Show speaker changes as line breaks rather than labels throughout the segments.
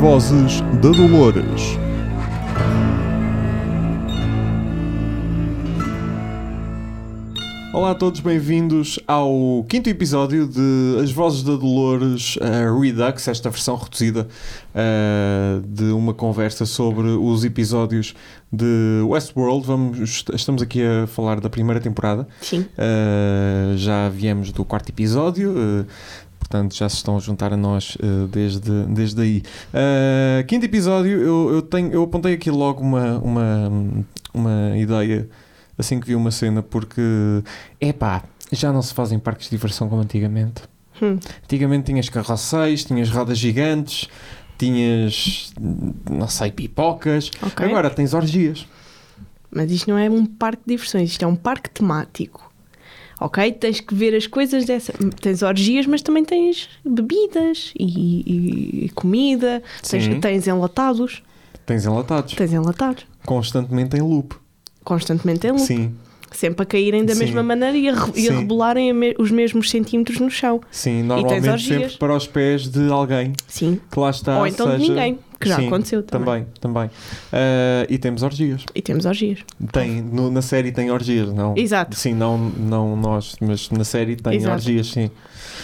vozes da Dolores. Olá a todos, bem-vindos ao quinto episódio de As Vozes da Dolores eh, Redux, esta versão reduzida eh, de uma conversa sobre os episódios de Westworld. Vamos, estamos aqui a falar da primeira temporada.
Sim.
Uh, já viemos do quarto episódio. uh, Portanto, já se estão a juntar a nós uh, desde, desde aí. Uh, quinto episódio, eu, eu, tenho, eu apontei aqui logo uma, uma, uma ideia assim que vi uma cena, porque epá, já não se fazem parques de diversão como antigamente.
Hum.
Antigamente tinhas carrosséis, tinhas rodas gigantes, tinhas não sei, pipocas.
Ok.
Agora tens orgias.
Mas isto não é um parque de diversões, isto é um parque temático. Ok? Tens que ver as coisas dessa. Tens orgias, mas também tens bebidas e, e- e comida. Tens,
Sim.
tens enlatados.
Tens enlatados.
Tens enlatados.
Constantemente em loop.
Constantemente em loop.
Sim.
Sempre a caírem da
Sim.
mesma maneira e a, re- e a
Sim.
rebolarem a me- os mesmos centímetros no chão.
Sim,
tens
normalmente
orgias.
sempre para os pés de alguém
Sim.
que lá está.
Ou então de
Ah, seja-
ninguém, que já
Sim,
aconteceu também.
Também, também. Ah, e temos orgias.
E temos orgias.
Tem, no- na série tem orgias, não?
Exato.
Sim, não, não nós, mas na série tem
Exato.
orgias, sim.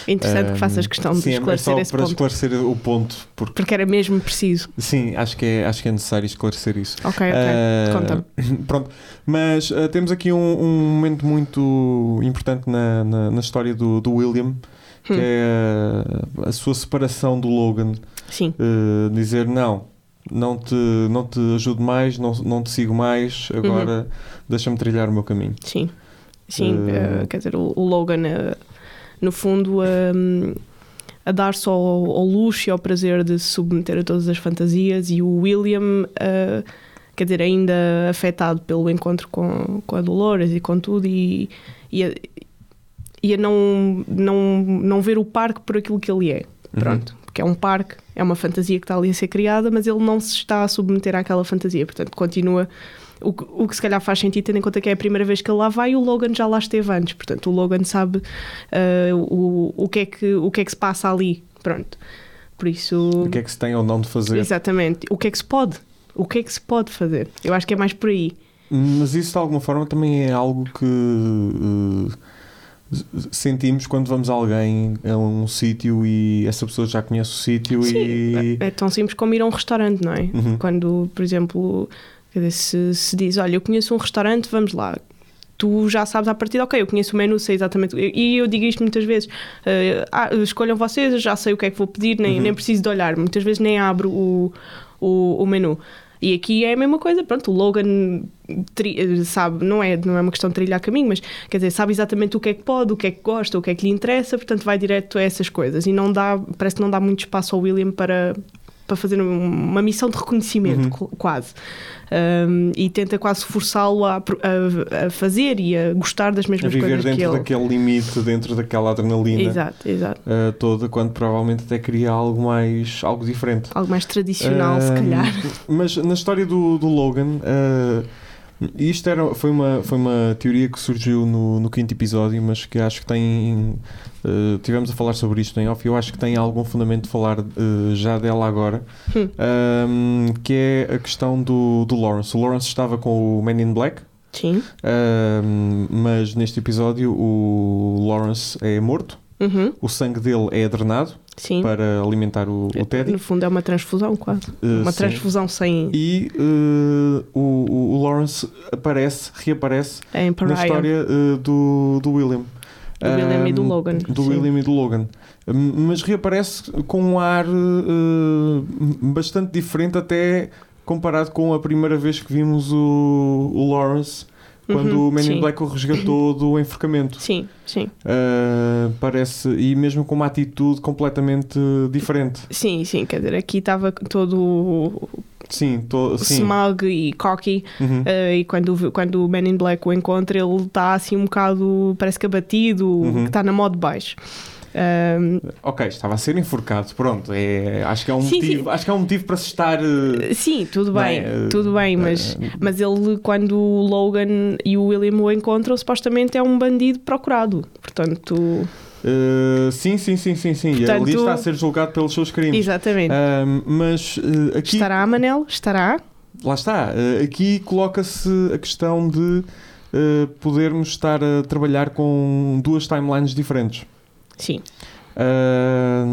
É interessante
Ah,
que faças questão de
sim, é
esclarecer
só
esse
para
ponto.
esclarecer o ponto, porque
Porque era mesmo preciso.
sim, acho que é, acho que é necessário esclarecer isso.
Ok, ok.
Ah,
Conta-me.
Pronto, mas ah, temos aqui um, um momento muito importante na, na, na história do, do William, que
Hum.
é ah, a sua separação do Logan.
Sim.
Uh, dizer não, não te, não te ajudo mais, não, não te sigo mais,
Uhum.
agora deixa-me trilhar o meu caminho.
Sim, sim,
Eh,
eh, quer dizer, o, o Logan, eh, no fundo, eh, a dar-se ao, ao luxo e ao prazer de se submeter a todas as fantasias, e o William, eh, quer dizer, ainda afetado pelo encontro com, com a Dolores e com tudo, e, e a, e a não, não, não ver o parque por aquilo que ele é.
Uhum.
Pronto. Porque é um parque, é uma fantasia que está ali a ser criada, mas ele não se está a submeter àquela fantasia. Portanto, continua. O que, o que se calhar faz sentido, tendo em conta que é a primeira vez que ele lá vai e o Logan já lá esteve antes. Portanto, o Logan sabe ah, o, o, que é que, o que é que se passa ali. Pronto. Por isso.
O que é que se tem ou não de fazer?
Exatamente. O que é que se pode? O que é que se pode fazer? Eu acho que é mais por aí.
Mas isso de alguma forma também é algo que uh, s- sentimos quando vamos a alguém a um sítio e essa pessoa já conhece o sítio e.
É é tão simples como ir a um restaurante, não é?
Uhum.
Quando, por exemplo, quer dizer, se, se diz, olha, eu conheço um restaurante, vamos lá. Tu já sabes à partida, ok, eu conheço o menu, sei exatamente. E eu digo isto muitas vezes: eh, ah, escolham vocês, eu já sei o que é que vou pedir, nem, nem preciso de olhar. Muitas vezes nem abro o, o, o menu. E aqui é a mesma coisa, pronto, o Logan tri- eh, sabe, não é, não é uma questão de trilhar caminho, mas quer dizer, sabe exatamente o que é que pode, o que é que gosta, o que é que lhe interessa, portanto vai direto a essas coisas e não dá, parece que não dá muito espaço ao William para, para fazer um- uma missão de reconhecimento, qu- quase. Um, e tenta quase forçá-lo a, pro- a- a fazer e a gostar das
A
mesmas
viver
coisas que
dentro
ele.
daquele limite, dentro daquela adrenalina
Exato, exato.
uh, toda, quando provavelmente até queria algo mais. algo diferente.
Algo mais tradicional, se
Ahm,
calhar.
Mas na história do, do Logan, ah, isto era, foi, uma, foi uma teoria que surgiu no, no quinto episódio, mas que acho que tem. ah, tivemos a falar sobre isto em off e eu acho que tem algum fundamento de falar ah, já dela agora,
Hum.
Ahm, que é a questão do, do Lawrence. O Lawrence estava com o Man in Black,
Sim.
ahm, mas neste episódio o Lawrence é morto,
Uhum.
o sangue dele é drenado
Sim.
para alimentar o, o Teddy.
No fundo é uma transfusão, quase.
Ah,
uma
sim.
transfusão sem.
E eh, o- o, o Lawrence aparece, reaparece
em Pariah.
na história eh, do, do William.
Do William e do
Ahm,
Logan,
Do
sim.
William e do Logan. Hum, Mas reaparece com um ar eh, bastante diferente, até comparado com a primeira vez que vimos o, o Lawrence. Quando
Uhum,
o Man in
sim.
Black o resgatou do enforcamento,
Sim, sim.
Ah, parece, e mesmo com uma atitude completamente diferente.
Sim, sim, quer dizer, aqui estava todo
Sim, tô, sim.
smug e cocky
Uhum.
eh, e quando, quando o Man in Black o encontra ele está assim um bocado, parece que abatido,
Uhum.
que está na moda de baixo. Ahm,
Ok, estava a ser enforcado, pronto. É, acho, que é um
Sim,
motivo,
sim.
acho que é um motivo para se estar. eh,
sim, tudo
Não
bem,
é, eh,
tudo bem, mas,
eh,
mas ele, quando o Logan e o William o encontram, supostamente é um bandido procurado, portanto,
Uh, sim, sim, sim, sim, sim.
Portanto-
Ele está a ser julgado pelos seus crimes.
Exatamente.
Ahm, mas uh, Ah, aqui,
Estará, Manel? Estará?
lá está, uh, aqui coloca-se a questão de uh, podermos estar a trabalhar com duas timelines diferentes.
Sim.
Ah,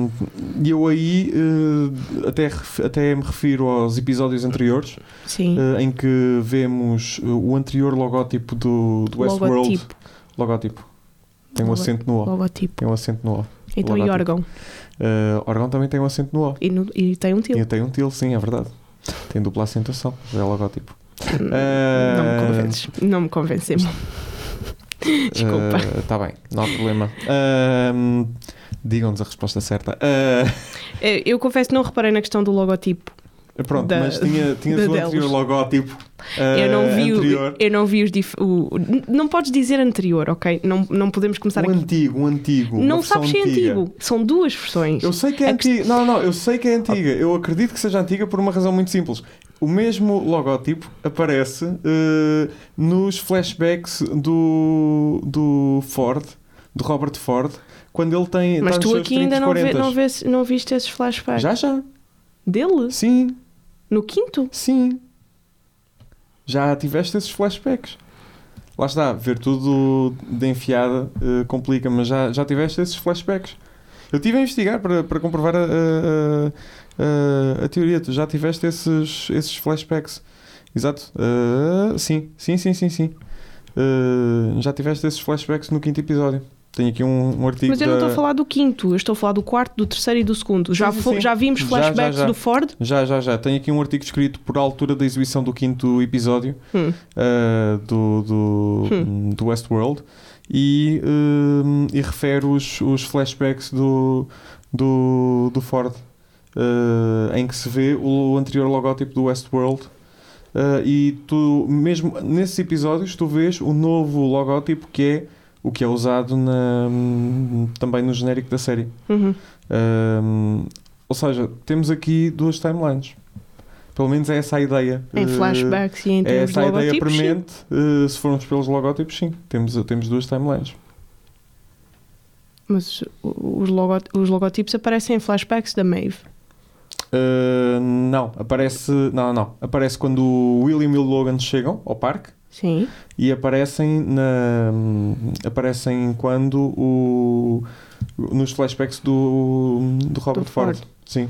E eu aí eh, até, ref- até me refiro aos episódios anteriores
Sim.
eh, em que vemos eh, o anterior logótipo do, do Westworld.
Logotipo.
Logótipo. Tem um
Logo-
acento no O.
Logotipo.
Tem um acento no O.
Então, e
Logotipo.
órgão?
Eh, órgão também tem um acento no O.
E, no- e tem um til.
E tem um til, sim, é verdade. Tem dupla acentuação. É logótipo.
Hum. Não me
Ah,
convences. Não me convences. Desculpa.
Está uh, tá bem, não há problema. Ah, Digam-nos a resposta certa. Ah,
Eh, Eu confesso que não reparei na questão do logotipo.
Pronto,
Da-
mas tinha, tinha
da
o anterior
Delos.
logótipo.
eu, não vi o-
Ah, anterior.
eu não vi os. Dif... o- o- n- Não podes dizer anterior, ok? Não, não podemos começar
Um
aqui.
antigo, um antigo.
Não
uma versão
sabes se é
antiga.
antigo. São duas versões.
Eu sei que é
A quest- Ah.
antiga. Não, não, eu sei que é antiga. Eu acredito que seja antiga por uma razão muito simples. O mesmo logótipo aparece eh, nos flashbacks do, do Ford, do Robert Ford, quando ele tem.
Mas
está Então, nos
tu
seus
aqui ainda
30s,
não, vê,
40s.
não, vês- não viste esses flashbacks
Já, já.
dele?
Sim,
No quinto?
sim. Já tiveste esses flashbacks. Lá está, ver tudo de enfiada eh, complica, mas já, já tiveste esses flashbacks. Eu estive a investigar para, para comprovar a, a- a- a teoria. Tu já tiveste esses, esses flashbacks. Exato. Eh, sim, sim, sim, sim, sim. Eh, já tiveste esses flashbacks no quinto episódio. Tenho aqui um, um artigo.
Mas eu não
da-
estou a falar do quinto, eu estou a falar do quarto, do terceiro e do segundo. Já,
sim,
fo-
sim.
já vimos
Já,
flashbacks
já, já.
do Ford?
Já, já, já. Tenho aqui um artigo escrito por altura da exibição do quinto episódio.
Hum.
uh, do, do, do Westworld e, um, e refere os, os flashbacks do, do, do Ford, uh, em que se vê o anterior logótipo do Westworld. Uh, e tu, mesmo nesses episódios, tu vês o novo logótipo que é o que é usado na, também no genérico da série.
Uhum.
Um, ou seja, temos aqui duas timelines. Pelo menos é essa a ideia.
Em
Uh,
flashbacks e em
é
termos de
essa a ideia
logotipos. sim.
premente. eh, se formos pelos logótipos, sim. Temos, temos duas timelines.
Mas o- os, logo, os logotipos aparecem em flashbacks da Maeve.
Eh, não, aparece. Não, não. Aparece quando o William e o Logan chegam ao parque
Sim.
e aparecem na. Aparecem quando o. Nos flashbacks do, do Robert
Do
Ford.
Ford.
Sim.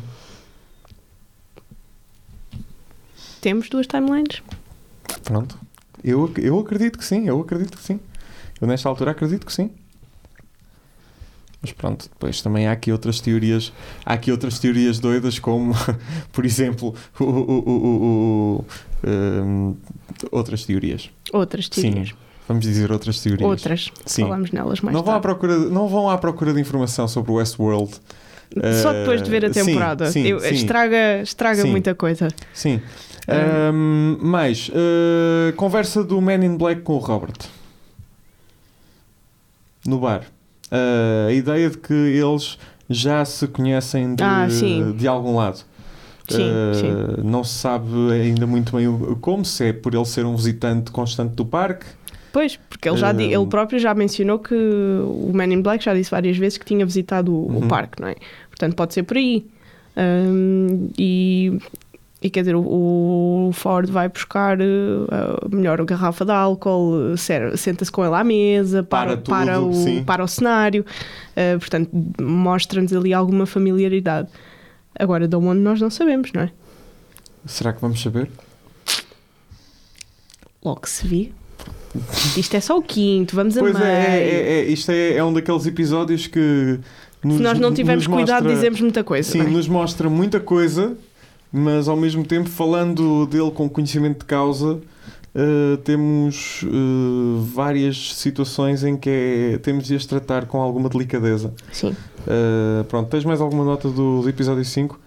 Temos duas timelines.
Pronto. Eu, ac- eu acredito que sim, eu acredito que sim. Eu nesta altura acredito que sim. Mas pronto, depois também há aqui outras teorias, há aqui outras teorias doidas, como por exemplo o, o- o- o- o- hum, outras teorias.
Outras teorias.
Vamos dizer outras teorias.
Outras.
Sim.
Falamos nelas mais
Não vão, à
tarde.
procura, não vão à procura de informação sobre o Westworld.
Só
Eh,
depois de ver a
sim,
temporada.
sim,
Eu-
sim.
Estraga, estraga
Sim.
muita coisa.
Sim. Hum, mais, eh, conversa do Man in Black com o Robert. No bar. Eh, a ideia de que eles já se conhecem de,
Ah, sim.
de algum lado.
Sim,
Eh,
sim.
Não se sabe ainda muito bem o- como, se é por ele ser um visitante constante do parque.
Pois, porque ele, já, di-
Eh,
ele próprio já mencionou que o Man in Black já disse várias vezes que tinha visitado o, o
Uhum.
parque, não é? Portanto, pode ser por aí. Ahm, e, e quer dizer, o, o Ford vai buscar eh, a melhor garrafa de álcool, eh, ser- senta-se com ele à mesa, para,
Para tudo,
para
sim.
o, para o cenário, Eh, portanto, mostra-nos ali alguma familiaridade. Agora, de onde nós não sabemos, não é?
Será que vamos saber?
Logo se vê. Isto é só o quinto, vamos
Pois
a
é,
meio.
é, é, é, isto é, é um daqueles episódios que.
Se
nos-
nós não
nos
tivermos cuidado,
mostra-
dizemos muita coisa.
Sim,
não é?
nos mostra muita coisa, mas ao mesmo tempo, falando dele com conhecimento de causa, eh, temos eh, várias situações em que é- temos de as tratar com alguma delicadeza.
Sim.
Eh, pronto, tens mais alguma nota do, do episódio 5?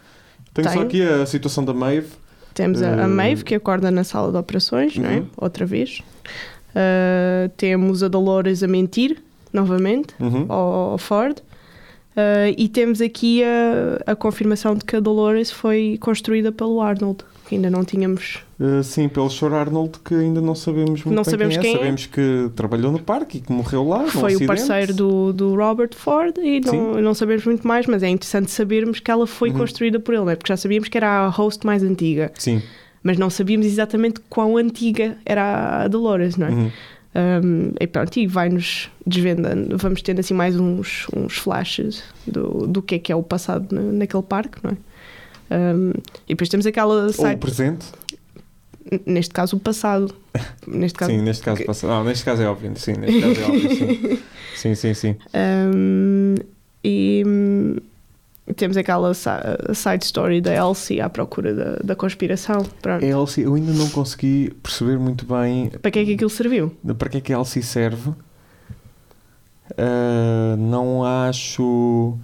Tenho, só
Tenho.
aqui a situação da Maeve.
Temos a, a
Eh,
Maeve, que acorda na sala de operações, não é?
Uhum.
Outra vez. Ah, temos a Dolores a mentir, novamente,
Uhum.
ao, ao Ford. Eh, Ah, e temos aqui a, a confirmação de que a Dolores foi construída pelo Arnold. que ainda não tínhamos.
Uh, sim, pelo Sr. Arnold, que ainda não sabemos muito
Não
bem
sabemos
quem é.
quem é.
Sabemos que trabalhou no parque e que morreu lá. num
Foi o
Ah, um acidente.
parceiro do, do Robert Ford e não,
Sim.
não sabemos muito mais, mas é interessante sabermos que ela foi
Uhum.
construída por ele, né? porque já sabíamos que era a host mais antiga,
Sim.
mas não sabíamos exatamente quão antiga era a Dolores, não é?
Uhum.
Um, e pronto, e vai-nos desvendando, vamos tendo assim mais uns, uns flashes do, do que é que é o passado na- naquele parque, não é? Um, e depois temos aquela
Ou
side,
o presente.
n- neste caso o passado, neste caso.
Sim, neste caso
que-
passa. Ah, neste caso é óbvio. Sim, neste caso é óbvio. Sim, sim, sim. sim.
Um, e hum, temos aquela sa- side story da Elsie à procura da, da conspiração. Pronto.
A É Elsie, eu ainda não consegui perceber muito bem
Para que é que aquilo serviu?
para que é que a Elsie serve. Ah, não acho.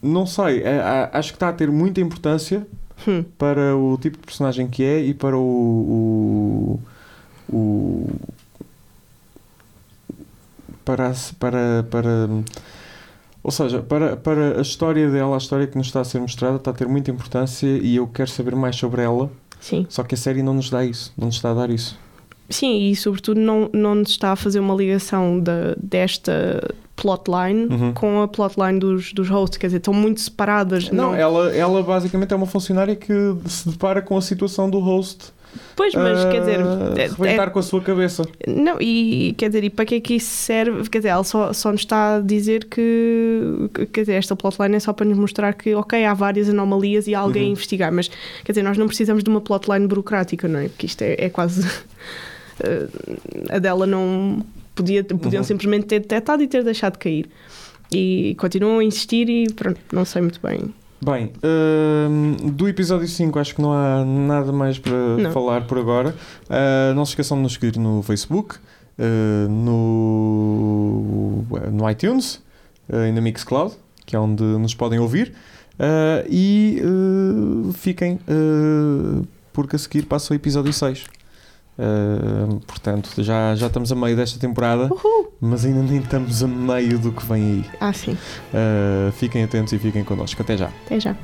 Não sei. Ah, ah, acho que está a ter muita importância
Hum.
para o tipo de personagem que é e para o. o, o- para, a- para, para. Ou seja, para, para a história dela, a história que nos está a ser mostrada, está a ter muita importância e eu quero saber mais sobre ela.
Sim.
Só que a série não nos dá isso, não nos está a dar isso.
Sim, e sobretudo não, não nos está a fazer uma ligação da- desta plotline
Uhum.
com a plotline dos, dos hosts, quer dizer, estão muito separadas.
Não, é- ela, ela basicamente é uma funcionária que se depara com a situação do host.
Pois, mas
ah,
quer dizer, é-
rebentar com a sua cabeça.
é- não, e quer dizer, e para que é que isso serve? Quer dizer, ela só, só nos está a dizer que, que- quer dizer, esta plotline é só para nos mostrar que, ok, há várias anomalias e há alguém a
Uhum.
investigar, mas quer dizer, nós não precisamos de uma plotline burocrática, não é? Porque isto é, é quase. eh, a dela não. Podia, podiam
Uhum.
simplesmente ter detectado e ter deixado cair. E continuam a insistir e pronto, não sei muito bem.
Bem, hum, do episódio 5 acho que não há nada mais para
Não.
falar por agora. Ah, não se esqueçam de nos seguir no Facebook, ah, no, no iTunes ah, e na Mixcloud, que é onde nos podem ouvir. Ah, e ah, fiquem, ah, porque a seguir passa o episódio 6. Ah, portanto, já, já estamos a meio desta temporada,
Uhul!
mas ainda nem estamos a meio do que vem aí.
Ah, sim.
Ah, fiquem atentos e fiquem connosco. Até já.
Até já.